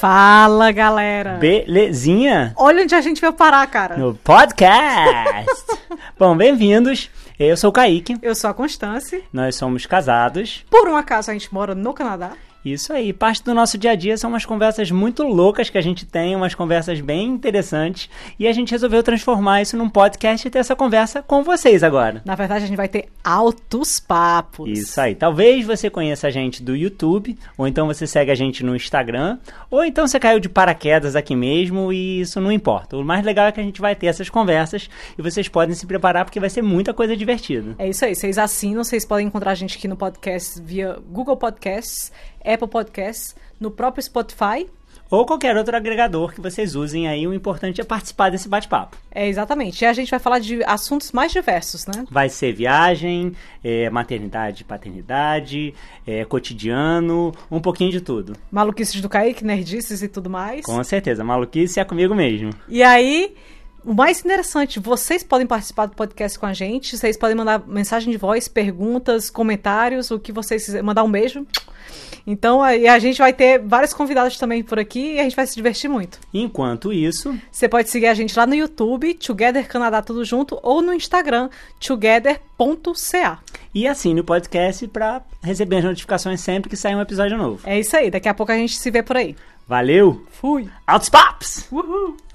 Fala, galera! Belezinha? Olha onde a gente veio parar, cara. No podcast! Bom, bem-vindos. Eu sou o Kaique, Eu sou a Constance. nós somos casados. Por um acaso, a gente mora no Canadá. Isso aí, parte do nosso dia a dia são umas conversas muito loucas que a gente tem, umas conversas bem interessantes. E a gente resolveu transformar isso num podcast e ter essa conversa com vocês agora. Na verdade, a gente vai ter altos papos. Isso aí. Talvez você conheça a gente do YouTube, ou então você segue a gente no Instagram, ou então você caiu de paraquedas aqui mesmo e isso não importa. O mais legal é que a gente vai ter essas conversas e vocês podem se preparar porque vai ser muita coisa divertida. É isso aí. Vocês assinam, vocês podem encontrar a gente aqui no podcast via Google Podcasts, Apple Podcasts, no próprio Spotify. Ou qualquer outro agregador que vocês usem aí, o importante é participar desse bate-papo. É, exatamente. E a gente vai falar de assuntos mais diversos, né? Vai ser viagem, eh, maternidade, paternidade, eh, cotidiano, um pouquinho de tudo. Maluquices do Kaique, nerdices e tudo mais. Com certeza, maluquice é comigo mesmo. E aí, o mais interessante, vocês podem participar do podcast com a gente, vocês podem mandar mensagem de voz, perguntas, comentários, o que vocês quiserem, mandar um beijo. Então, aí a gente vai ter vários convidados também por aqui e a gente vai se divertir muito. Enquanto isso, Você pode seguir a gente lá no YouTube, Together Canadá Tudo Junto, ou no Instagram, together.ca. E assine o podcast para receber as notificações sempre que sair um episódio novo. É isso aí, daqui a pouco a gente se vê por aí. Valeu! Fui! Altos Pops! Uhul!